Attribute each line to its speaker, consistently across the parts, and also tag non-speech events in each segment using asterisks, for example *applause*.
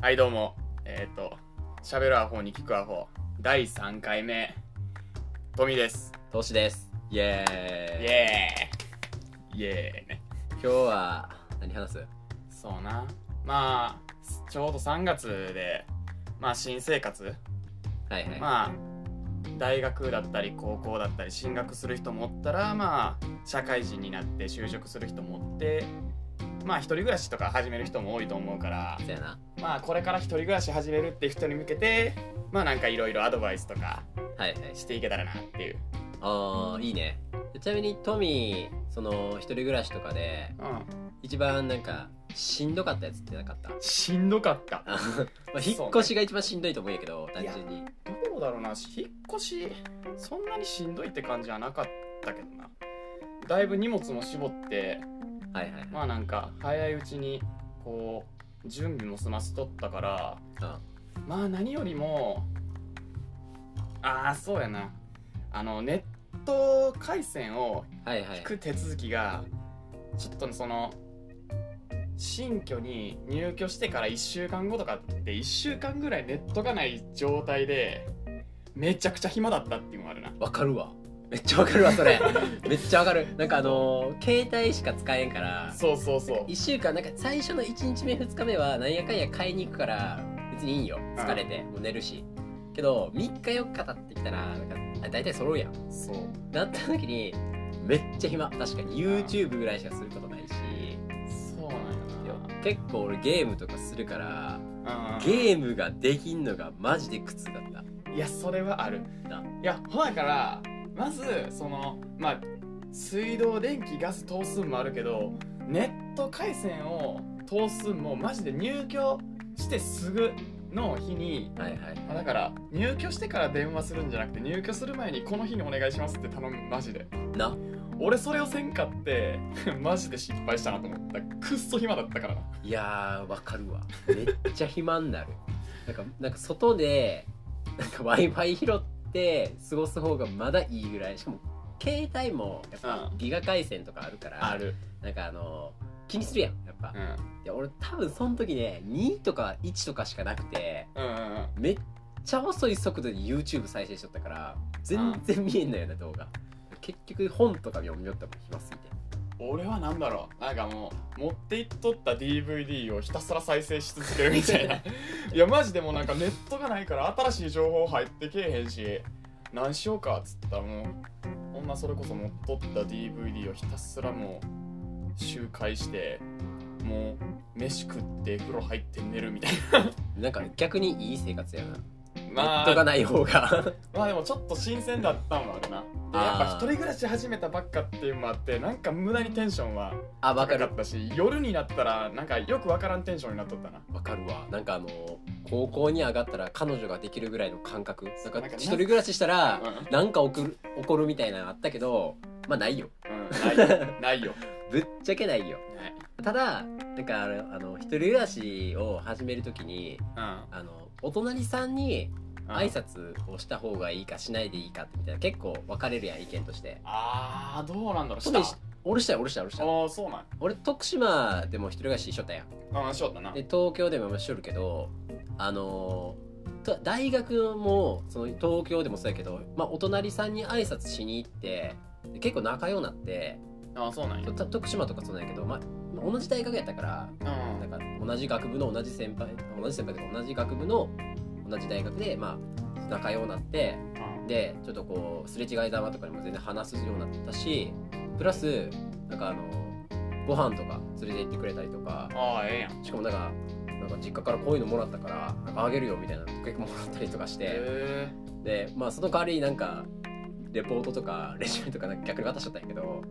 Speaker 1: はいどうもえっ、ー、と喋るアホに聞くアホ第3回目トミです
Speaker 2: トシですイエ
Speaker 1: イ
Speaker 2: ーイ
Speaker 1: エーイイエーイね
Speaker 2: 今日は何話す
Speaker 1: そうなまあちょうど3月でまあ新生活
Speaker 2: はいはい、
Speaker 1: まあ大学だったり高校だったり進学する人もおったらまあ社会人になって就職する人もおってまあ一人暮らしとか始める人も多いと思うから
Speaker 2: そうやな
Speaker 1: まあこれから一人暮らし始めるって人に向けてまあなんかいろいろアドバイスとか
Speaker 2: はいはい
Speaker 1: していけたらなっていう
Speaker 2: あーいいねちなみにトミーその一人暮らしとかで
Speaker 1: うん
Speaker 2: 一番なんかしんどかったやつってなかった
Speaker 1: しんどかった
Speaker 2: あまあ引っ越しが一番しんどいと思うんやけど単純に
Speaker 1: どうだろうな引っ越しそんなにしんどいって感じはなかったけどなだいぶ荷物も絞って
Speaker 2: はいはい
Speaker 1: まあなんか早いうちにこう準備も済ませとったから
Speaker 2: あ
Speaker 1: まあ何よりもああそうやなあのネット回線を
Speaker 2: はいはい
Speaker 1: 引く手続きがちょっとその新居に入居してから1週間後とかって1週間ぐらいネットがない状態でめちゃくちゃ暇だったっていうのもあるな
Speaker 2: わかるわめっちゃわかるわそれめっちゃわかるなんかあのー携帯しか使えんから
Speaker 1: そうそうそう
Speaker 2: 1週間なんか最初の1日目2日目はなんやかんや買いに行くから別にいいんよ疲れてもう寝るしけど3日4日経ってきたらなんかあ大体揃うやん
Speaker 1: そう
Speaker 2: なった時にめっちゃ暇確かに YouTube ぐらいしかすることないし
Speaker 1: そうな
Speaker 2: 結構俺ゲームとかするから
Speaker 1: んやな
Speaker 2: ゲームができんのがマジで苦痛だった
Speaker 1: いやそれはある
Speaker 2: ない
Speaker 1: やほだからまずそのまあ水道電気ガス通すんもあるけどネット回線を通すんもマジで入居してすぐの日に
Speaker 2: はいはい
Speaker 1: まあだから入居してから電話するんじゃなくて入居する前にこの日にお願いしますって頼むマジで
Speaker 2: な
Speaker 1: 俺それをせんかって *laughs* マジで失敗したなと思ったくっそ暇だったからない
Speaker 2: やーわかるわめっちゃ暇になる *laughs* なんかなんか外で w i f i 拾って過ごす方がまだいいぐらいしかも携帯もやっぱ
Speaker 1: うん
Speaker 2: ギガ回線とかあるから
Speaker 1: る
Speaker 2: なんかあの気にするやんやっぱ、
Speaker 1: う
Speaker 2: い
Speaker 1: ん
Speaker 2: や俺多分その時ね2とか1とかしかなくて
Speaker 1: うんうんうん
Speaker 2: めっちゃ遅い速度で YouTube 再生しとったから全然見えんのよな動画結局本とか読みよったもん暇すぎて
Speaker 1: 俺は何だろうなんかもう持っていっとった DVD をひたすら再生し続けるみた *laughs* いないやマジでもうなんかネットがないから新しい情報入ってけえへんし何しようかっつったらもうほんまそれこそ持っとった DVD をひたすらもう周回してもう飯食って風呂入って寝るみたい
Speaker 2: なんか逆にいい生活やな、
Speaker 1: なま
Speaker 2: ネットが
Speaker 1: あ
Speaker 2: ない方が
Speaker 1: まあでもちょっと新鮮だったのはあるなでやっぱ一人暮らし始めたばっかっていうのもあってなんか無駄にテンションは
Speaker 2: あわか
Speaker 1: 高
Speaker 2: る
Speaker 1: かったし夜になったらなんかよくわからんテンションになっとったな
Speaker 2: わかるわなんかあの高校に上がったら彼女ができるぐらいの感覚なんか
Speaker 1: なんかな
Speaker 2: 一人暮らししたら *laughs*
Speaker 1: う
Speaker 2: なんか起こる起こるみたいなのあったけどまあないよ
Speaker 1: うんないよないよ
Speaker 2: ぶっちゃけないよ
Speaker 1: ない
Speaker 2: ただなんかあのあの一人暮らしを始めるときに
Speaker 1: うん
Speaker 2: あのお隣さんに
Speaker 1: うん
Speaker 2: 挨拶をした方がいいかしないでいいかってみたいな結構分かれるやん意見として
Speaker 1: あーどうなんだろうし
Speaker 2: ト
Speaker 1: た
Speaker 2: ミ
Speaker 1: あ
Speaker 2: ーし俺したよ俺したよ俺したよ
Speaker 1: ーそうなん
Speaker 2: 俺徳島でも一人暮らししょったやん
Speaker 1: あーしよったな
Speaker 2: で東京でもしとるけどあのーと大学もその東京でもそうやけど、まあ、お隣さんに挨拶しに行ってで結構仲良うなって
Speaker 1: あーそうなんや
Speaker 2: とた徳島とかそうなんやけど、まあ、同じ大学やったから
Speaker 1: うん
Speaker 2: なんか同じ学部の同じ先輩同じ先輩とか同じ学部の同じ大学で、まあ、仲良うなってでちょっとこうすれ違いざまとかにも全然話すようになったしプラスなんかあのご飯とか連れて行ってくれたりとか
Speaker 1: あーええやんへ
Speaker 2: しかもなんかなんか実家からこういうのもらったからなんかあげるよみたいなの結構もらったりとかして
Speaker 1: え
Speaker 2: でまあその代わりになんかレポートとか *laughs* レジュメとかなんか逆に渡しちゃったんやけど、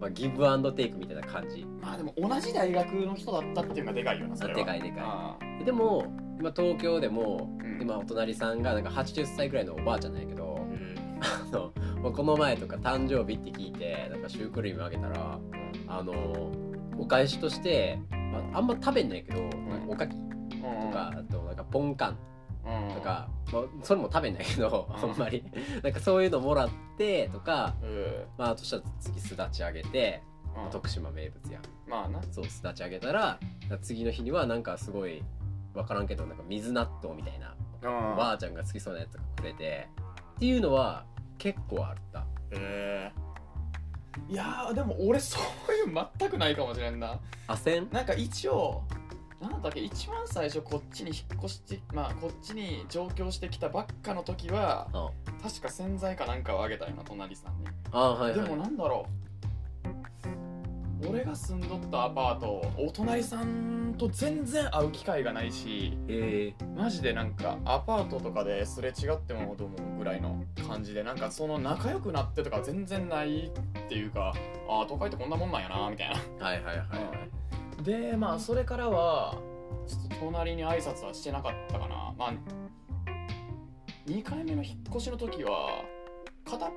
Speaker 2: まあ、ギブアンドテイクみたいな感じ
Speaker 1: まあでも同じ大学の人だったっていうのがでかいよなそれは
Speaker 2: でかいでかい
Speaker 1: あ
Speaker 2: でも今東京でも
Speaker 1: うん
Speaker 2: 今お隣さんがなんか80歳ぐらいのおばあちゃんなんやけど
Speaker 1: ーへ
Speaker 2: あのまあこの前とか誕生日って聞いてなんかシュークリームあげたらあのお返しとして、まあ、あんま食べんないけど、
Speaker 1: ん
Speaker 2: おかき
Speaker 1: え
Speaker 2: とかあとなんかポンカン
Speaker 1: うん
Speaker 2: とか、まあ、それも食べないけどあんまり *laughs* なんかそういうのもらってとか、
Speaker 1: うん
Speaker 2: まあ、あとしたら次すだちあげて、
Speaker 1: うん
Speaker 2: 徳島名物や
Speaker 1: まあな
Speaker 2: そうすだちあげたら次の日にはなんかすごい分からんけどなんか水納豆みたいなお
Speaker 1: うん
Speaker 2: ばあちゃんが好きそうなやつがくれてっていうのは結構あった
Speaker 1: えー、いやーでも俺そういう全くないかもしれんな
Speaker 2: あせん
Speaker 1: なんか一応なんだっけ一番最初こっちに引っ越してまあこっちに上京してきたばっかの時は
Speaker 2: あ
Speaker 1: 確か洗剤かなんかをあげたよな隣さんに、
Speaker 2: あはいはい
Speaker 1: でもなんだろう俺が住んどったアパートお隣さんと全然会う機会がないし
Speaker 2: え
Speaker 1: マジでなんかアパートとかですれ違ってもどうもぐらいの感じでなんかその仲良くなってとか全然ないっていうかああ都会ってこんなもんなんやなみたいな
Speaker 2: ー、はいはいはいはい
Speaker 1: でまあそれからはちょっと隣に挨拶はしてなかったかなまあ2回目の引っ越しの時は片っ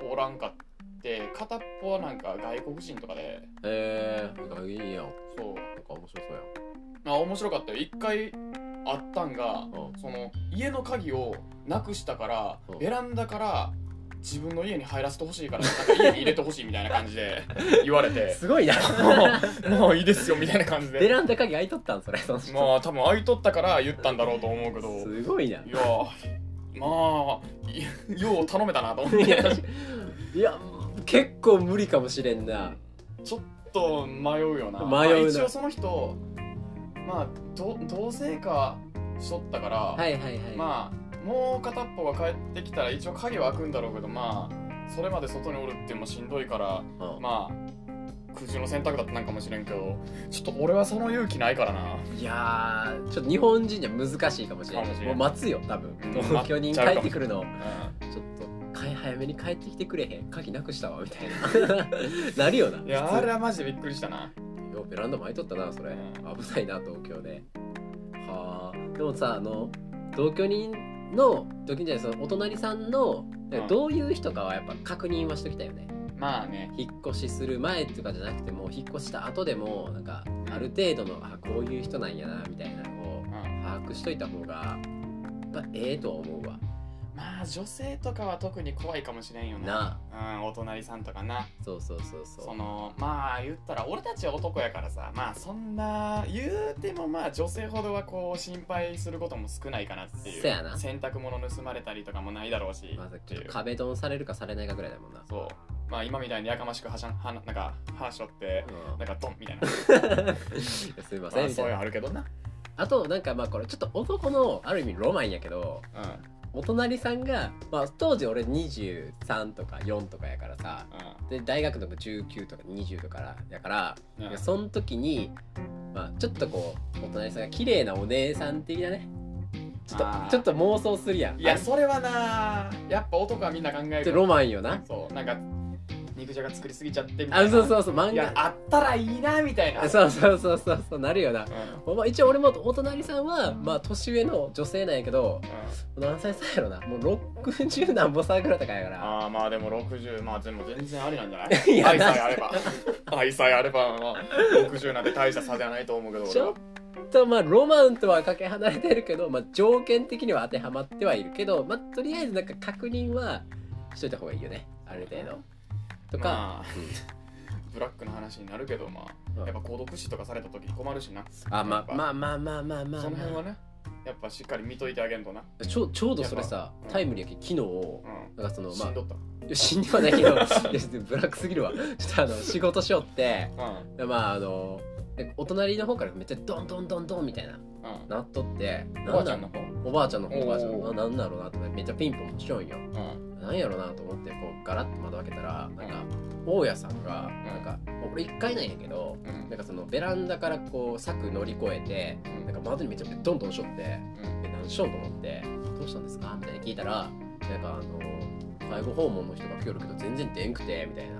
Speaker 1: ぽおらんかって片っぽはなんか外国人とかで
Speaker 2: えー、なんかいいやん
Speaker 1: そう
Speaker 2: なんか面白そうやん
Speaker 1: まあ面白かったよ一回あったんが
Speaker 2: うん
Speaker 1: その家の鍵をなくしたから
Speaker 2: うん
Speaker 1: ベランダから自分の家に入らせてほしいからなんか家に入れてほしいみたいな感じで言われ
Speaker 2: *laughs*
Speaker 1: て
Speaker 2: すごいな *laughs*
Speaker 1: もうもういいですよみたいな感じ
Speaker 2: ベ
Speaker 1: で
Speaker 2: ランダ鍵開いとったんそれその人
Speaker 1: まあ多分空いとったから言ったんだろうと思うけど
Speaker 2: すごいない
Speaker 1: やまあいよう頼めたなと思っ
Speaker 2: いや
Speaker 1: て
Speaker 2: いや結構無理かもしれんな
Speaker 1: ちょっと迷うよな
Speaker 2: 迷うな
Speaker 1: まあ一応その人まあど同棲かしとったから、
Speaker 2: はいはいはい
Speaker 1: まあもう片っぽが帰ってきたら一応鍵は開くんだろうけどまあそれまで外におるっていうのもしんどいから
Speaker 2: あ
Speaker 1: まあ苦渋の選択だったなんかもしれんけどちょっと俺はその勇気ないからない
Speaker 2: やーちょっと日本人じゃ難しいかもしれな
Speaker 1: か
Speaker 2: い
Speaker 1: もしれん
Speaker 2: もう待つよ多分
Speaker 1: うん
Speaker 2: 東京に帰ってくるの
Speaker 1: う
Speaker 2: ちょっとかい早めに帰ってきてくれへん鍵なくしたわみたいな *laughs* なるよなん
Speaker 1: いや
Speaker 2: 普通
Speaker 1: あれはマジでびっくりしたな
Speaker 2: ようベランダも開いとったなそれ、
Speaker 1: うん
Speaker 2: 危ないな東京ではあでもさあの同居人の同居人じゃないそのお隣さんの
Speaker 1: うん
Speaker 2: どういう人かはやっぱ確認はしときたいよね、
Speaker 1: まあね
Speaker 2: 引っ越しする前とかじゃなくても引っ越した後でもなんかある程度のあこういう人なんやなみたいなのを
Speaker 1: うん
Speaker 2: 把握しといた方が、まあ、ええとは思うわ
Speaker 1: まあ女性とかは特に怖いかもしれんよな
Speaker 2: な
Speaker 1: うんお隣さんとかな
Speaker 2: あそうそうそうそう
Speaker 1: そのまあ言ったら俺たちは男やからさまあそんな言うてもまあ女性ほどはこう心配することも少ないかなっていう
Speaker 2: せやな
Speaker 1: 洗濯物盗まれたりとかもないだろうし
Speaker 2: まず
Speaker 1: って
Speaker 2: ちょっ
Speaker 1: い
Speaker 2: と
Speaker 1: う
Speaker 2: 壁ドンされるかされないかぐらいだもんな、
Speaker 1: そうまあ今みたいにやかましくはしゃんはなんかはしょって
Speaker 2: う
Speaker 1: なんかドンみたいな
Speaker 2: ん、 *laughs* すいませ
Speaker 1: ま
Speaker 2: ん
Speaker 1: あ
Speaker 2: みた
Speaker 1: そう
Speaker 2: い
Speaker 1: いう
Speaker 2: な
Speaker 1: のあるけどな
Speaker 2: あとなんかまあこれちょっと男のある意味ロマンやけど
Speaker 1: うんうん
Speaker 2: お隣さんが、まあ、当時俺23とか4とかやからさで大学の時19とか20とかやから
Speaker 1: うん
Speaker 2: でその時に、まあ、ちょっとこうお隣さんが綺麗なお姉さん的なねちょっと
Speaker 1: あー
Speaker 2: ちょっと妄想するやん
Speaker 1: いや
Speaker 2: あれ
Speaker 1: それはなやっぱ男はみんな考え
Speaker 2: ちょ
Speaker 1: る
Speaker 2: ロマンよな
Speaker 1: そうなんか肉じゃが作りすぎちゃってみたい
Speaker 2: あ
Speaker 1: な
Speaker 2: そうそうそう漫
Speaker 1: いや
Speaker 2: 画
Speaker 1: あったらいいなみたいなう、
Speaker 2: そうそうそうそうそうなるよな、
Speaker 1: んうん、
Speaker 2: まあ、一応俺もお隣さんは、まあ、年上の女性なんやけど何歳さんやろなもう60何ぼ歳ぐらいとかやから
Speaker 1: ああまあでも60まあでも全然ありなんじゃない
Speaker 2: *laughs* いや
Speaker 1: 愛さえあれば愛さえあれば、まあ、60なんて大した差じゃないと思うけど
Speaker 2: ちょっとまあロマンとはかけ離れてるけど、まあ、条件的には当てはまってはいるけど、まあ、とりあえずなんか確認はしといた方がいいよねある程度とか、
Speaker 1: まあブラックの話になるけどま
Speaker 2: うん
Speaker 1: あやっぱ孤独死とかされた時に困るしな
Speaker 2: あまあ
Speaker 1: あ
Speaker 2: まあまあまあまあまあ、
Speaker 1: その辺
Speaker 2: ま
Speaker 1: はねやっぱしっかり見といてあげんとな、
Speaker 2: あ、ちょちょうどそれさ
Speaker 1: うん
Speaker 2: タイムリーやけ昨日
Speaker 1: う
Speaker 2: なんかその
Speaker 1: ん、し
Speaker 2: ま
Speaker 1: んどった、
Speaker 2: あ死んではないけど *laughs* いやブラックすぎるわちょっとあの仕事しよって
Speaker 1: うん
Speaker 2: まああのお隣の方からめっちゃドンドンドンドンみたいな
Speaker 1: うん、
Speaker 2: なっとって
Speaker 1: おばあちゃんの
Speaker 2: なん
Speaker 1: 方、う
Speaker 2: なんおばあちゃんの方おばあちゃ
Speaker 1: お
Speaker 2: んの
Speaker 1: ー
Speaker 2: ななんだろうなと思ってめっちゃピンポンもちろんよ
Speaker 1: ん、
Speaker 2: なんやろなと思ってこうガラッと窓開けたらなんか大家さんがなんか俺1階なんやけど
Speaker 1: うん
Speaker 2: なんかそのベランダからこう柵乗り越えてなんか窓にめちゃめちゃドンドンしょって
Speaker 1: うん
Speaker 2: え何しようと思って「どうしたんですか?」みたいに聞いたら「なんかあの介護訪問の人が来よるけど全然出んくて」みたいな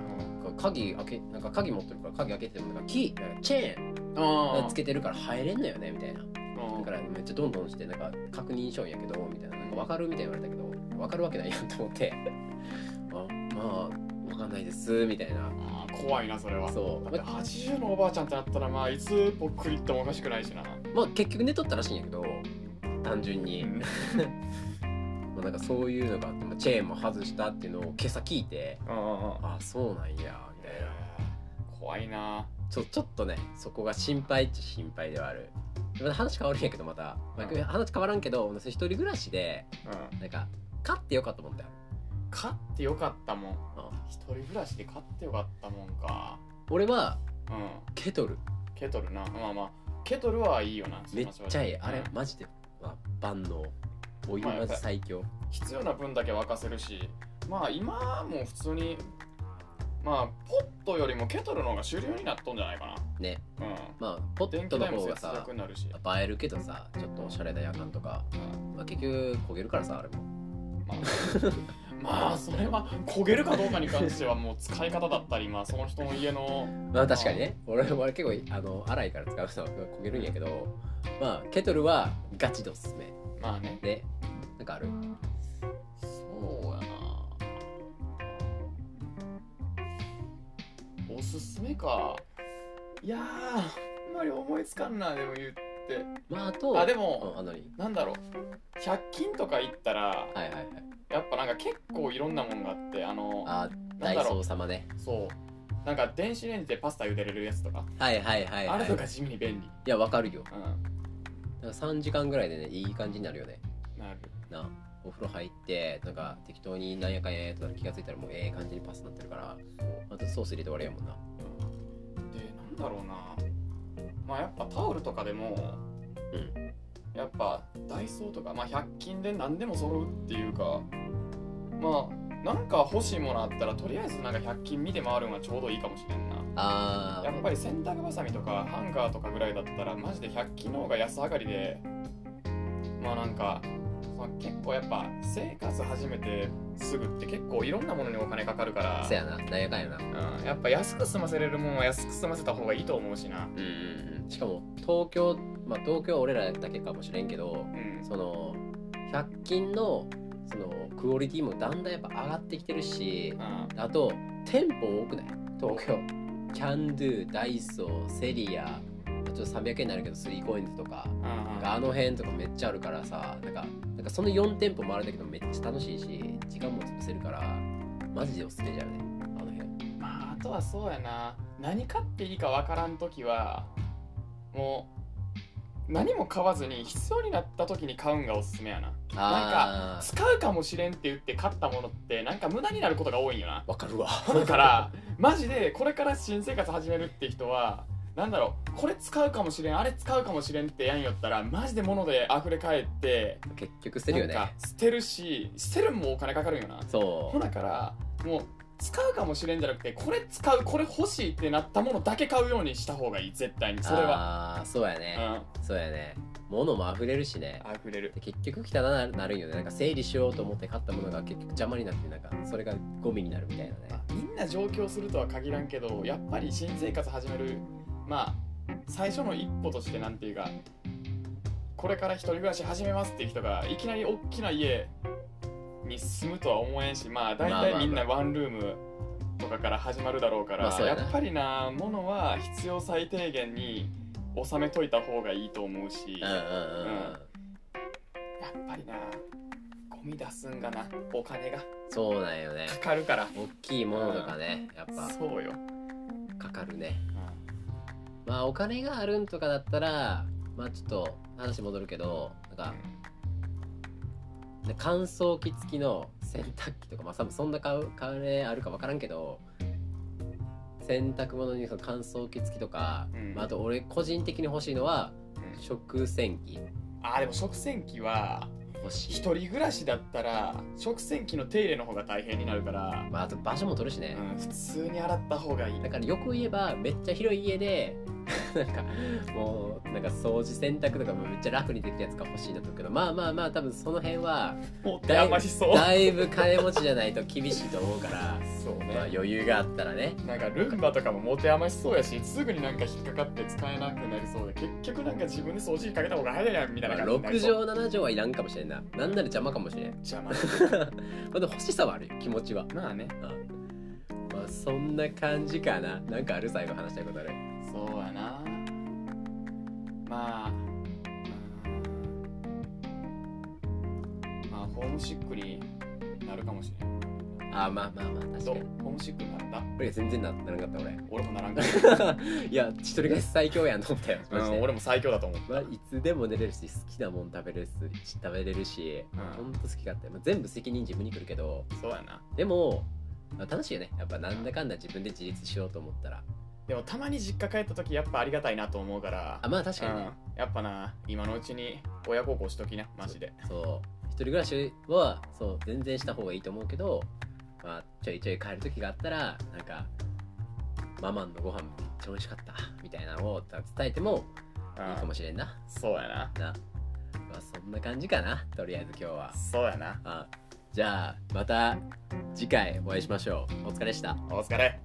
Speaker 1: うん
Speaker 2: 「鍵開けなんか鍵持ってるから鍵開けてもなんかキーなんかチェーン
Speaker 1: あ
Speaker 2: つけてるから入れんのよね」みたいなだ
Speaker 1: ー
Speaker 2: からめっちゃどんどんしてなんか確認しようんやけどみたいななんか分かるみたいに言われたけど分かるわけないやんと思って「あまあ分かんないです」みたいな
Speaker 1: あー怖いなそれは
Speaker 2: そう
Speaker 1: だって
Speaker 2: ま
Speaker 1: 80のおばあちゃんってなったらまあいつぽっくりってもおかしくないしな、
Speaker 2: まあ結局寝とったらしいんやけど単純に。まあ、なんかそういうのがあってまあチェーンも外したっていうのを今朝聞いてあそうなんやみたいな
Speaker 1: 怖いな
Speaker 2: ちょちょっとねそこが心配っちゃ心配ではあるまた話変わるんやけどまた、ま
Speaker 1: うん
Speaker 2: あ、話変わらんけど私一人暮らしで
Speaker 1: うん
Speaker 2: なんか買ってよかったもんだよ
Speaker 1: 勝ってよかったもん
Speaker 2: あ
Speaker 1: 一人暮らしで勝ってよかったもんか
Speaker 2: 俺は
Speaker 1: うん
Speaker 2: ケトル
Speaker 1: ケトルなまあまあケトルはいいよな
Speaker 2: めっちゃええ
Speaker 1: うん
Speaker 2: あれマジで、まあ、万能お湯
Speaker 1: まあや
Speaker 2: マ
Speaker 1: っぱ
Speaker 2: ジ
Speaker 1: り
Speaker 2: 最強
Speaker 1: 必要な分だけ沸かせるしまあ今も普通にまあポットよりもケトルの方が主流になっとんじゃないか
Speaker 2: ね
Speaker 1: なうん
Speaker 2: まあポッ
Speaker 1: 電
Speaker 2: ト
Speaker 1: 気
Speaker 2: の
Speaker 1: 代も
Speaker 2: 方が
Speaker 1: 節
Speaker 2: さ
Speaker 1: 約になるし、
Speaker 2: 映えるけどさちょっとおしゃれなやかんとか、
Speaker 1: うん
Speaker 2: まあ、結局焦げるからさあれも
Speaker 1: まあ、 *laughs* まあそれは焦げるかどうかに関してはもう使い方だったりまあその人の家の
Speaker 2: まあ確かにね俺は結構あの粗いから使うさ焦げるんやけどまあケトルはガチでおすすめ
Speaker 1: まあね
Speaker 2: でなんかある
Speaker 1: そうやなおすすめかいやーあんまり思いつかんなでも言って
Speaker 2: まああと
Speaker 1: あで
Speaker 2: うん、
Speaker 1: も
Speaker 2: あのに
Speaker 1: なんだろう100均とか行ったら
Speaker 2: はいはいはい
Speaker 1: やっぱなんか結構いろんなもんがあってあの
Speaker 2: あ
Speaker 1: な
Speaker 2: ダ
Speaker 1: ん
Speaker 2: イ
Speaker 1: だ
Speaker 2: ソ
Speaker 1: ろ
Speaker 2: ー様ね
Speaker 1: うそうなんか電子レンジでパスタ茹でれるやつとか、
Speaker 2: はいはいはいはい
Speaker 1: あれとか地味に便利
Speaker 2: いやわかるよ
Speaker 1: う
Speaker 2: だから3時間ぐらいでねいい感じになるよね
Speaker 1: んなる
Speaker 2: なお風呂入ってなんか適当になんやかんややったら気がついたらもうええ感じにパスになってるからあとソース入れて終わりやもんな
Speaker 1: でなんだろうなまあやっぱタオルとかでも、
Speaker 2: うん
Speaker 1: やっぱダイソーとか、まあ、100均で何でも揃うっていうかまあなんか欲しいものあったらとりあえずなんか100均見て回るのがちょうどいいかもしれんな
Speaker 2: あ
Speaker 1: やっ
Speaker 2: ー
Speaker 1: ぱり洗濯バサミとかハンガーとかぐらいだったらマジで100均の方が安上がりでまあなんかその結構やっぱ生活始めてすぐって結構いろんなものにお金かかるから
Speaker 2: そやななんやかんやな
Speaker 1: うん、やっぱ安く済ませれるもんは安く済ませた方がいいと思うしな
Speaker 2: うんうんうんしかも東京まあ東京は俺らだけかもしれんけど
Speaker 1: うん
Speaker 2: その100均のそのクオリティもだんだんやっぱ上がってきてるし
Speaker 1: うん
Speaker 2: あと店舗多くない東京キャンドゥダイソーセリアちょっと300円になるけどスリーコインズとかなんかあの辺とかめっちゃあるからさなんかなんかその4店舗もあるんだけどめっちゃ楽しいし時間も潰せるからマジでおすすめじゃんねあの辺
Speaker 1: まああとはそうやな何買っていいかわからん時はもう何も買わずに必要になった時に買うんがおすすめやな
Speaker 2: あ
Speaker 1: 使うかもしれんって言って買ったものってなんか無駄になることが多いんよ *laughs* な
Speaker 2: ーわかるわ
Speaker 1: だからマジでこれから新生活始めるって人はなんだろうこれ使うかもしれんあれ使うかもしれんってやんよったらマジで物で溢れ返って
Speaker 2: 結局捨てるよね
Speaker 1: なんか捨てるし捨てるんもお金かかるんよな
Speaker 2: そ
Speaker 1: ほだからもう使うかもしれんじゃなくてこれ使うこれ欲しいってなったものだけ買うようにした方がいい絶対に
Speaker 2: う
Speaker 1: それは
Speaker 2: あーそうや
Speaker 1: う
Speaker 2: ね、
Speaker 1: ん
Speaker 2: そうやね物も溢れるしね
Speaker 1: 溢れる
Speaker 2: で結局汚ななるんよねなんか整理しようと思って買ったものが結局邪魔になってなんかそれがゴミになるみたいなね
Speaker 1: まあみんな上京するとは限らんけどやっぱり新生活始めるまあ最初の一歩としてなんていうかこれから一人暮らし始めますっていう人がいきなり大きな家に住むとは思えんしまあ大
Speaker 2: まあまあま
Speaker 1: 体
Speaker 2: あ
Speaker 1: みんなワンルームとかから始まるだろうから、
Speaker 2: まあそう
Speaker 1: や
Speaker 2: やな
Speaker 1: っぱりなものは必要最低限に収めといた方がいいと思うし、
Speaker 2: うんう
Speaker 1: やっ
Speaker 2: んうん、うん
Speaker 1: うんぱりなゴミ出すんがなお金が
Speaker 2: そうなんよね
Speaker 1: かかるから
Speaker 2: 大きいものとかねやっぱ
Speaker 1: そうよ、
Speaker 2: かかるねまあお金があるんとかだったらまあちょっと話戻るけどなんか乾燥機付きの洗濯機とかまあ多分そんな買う買うねあるか分からんけど洗濯物にその乾燥機付きとか、
Speaker 1: うん
Speaker 2: まあ、あと俺個人的に欲しいのは
Speaker 1: うん
Speaker 2: 食洗機
Speaker 1: あーでも食洗機は
Speaker 2: 欲しい
Speaker 1: 一、人暮らしだったら食洗機の手入れの方が大変になるから、
Speaker 2: まあ、あと場所も取るしね、
Speaker 1: うん、普通に洗った方がいい
Speaker 2: だからよく言えばめっちゃ広い家で *laughs* なんかもうなんか掃除洗濯とかもめっちゃ楽にできるやつが欲しいなと思うけどまあまあまあ多分その辺は
Speaker 1: もってあんまりそう
Speaker 2: だいぶ金持ちじゃないと厳しいと思うから、
Speaker 1: そう
Speaker 2: まあ、
Speaker 1: *laughs* ね
Speaker 2: 余裕があったらね
Speaker 1: なんかルンバとかも持て余しそうやしすぐになんか引っかかって使えなくなりそうで結局なんか自分で掃除機かけた方が早いやんみたい
Speaker 2: ま
Speaker 1: な
Speaker 2: あ
Speaker 1: 感じ
Speaker 2: 6
Speaker 1: になりそう
Speaker 2: 畳7畳はいらんかもしれんななんなら邪魔かもしれん
Speaker 1: 邪魔
Speaker 2: まだ欲しさはあるよ気持ちは、
Speaker 1: まあね
Speaker 2: うんまあ、そんな感じかななんかある最後話したいことある
Speaker 1: そうやなまあまあホームシックになるかもしれん
Speaker 2: あーまあまあまあ確か
Speaker 1: どう
Speaker 2: に
Speaker 1: ホームシックになった
Speaker 2: 俺全然なならなかった俺
Speaker 1: 俺もならんかっ
Speaker 2: いや一人が最強やんと思ったよ
Speaker 1: た、
Speaker 2: *laughs* マジ
Speaker 1: う
Speaker 2: で、
Speaker 1: ん、俺も最強だと思う
Speaker 2: まあ、いつでも寝れるし好きなもん食べれるし食べれるし、
Speaker 1: うん
Speaker 2: ほんと好き勝手、まあ、全部責任自分に来るけど
Speaker 1: そうやな
Speaker 2: でも、まあ、楽しいよねやっぱなんだかんだ自分で自立しようと思ったら
Speaker 1: でもたまに実家帰った時やっぱありがたいなと思うから
Speaker 2: あまあ確かにね、
Speaker 1: うん、やっぱな今のうちに親孝行しときなマジで
Speaker 2: そう一人暮らしはそう全然した方がいいと思うけど、まあ、ちょいちょい帰る時があったらなんか「ママンのご飯めっちゃ美味しかった」みたいなのを伝えても
Speaker 1: う
Speaker 2: いいか
Speaker 1: ん
Speaker 2: もしれんな、
Speaker 1: そうやな
Speaker 2: な、まあ、そんな感じかなとりあえず今日は
Speaker 1: そうやな
Speaker 2: あじゃあまた次回お会いしましょうお疲れでした
Speaker 1: お疲れ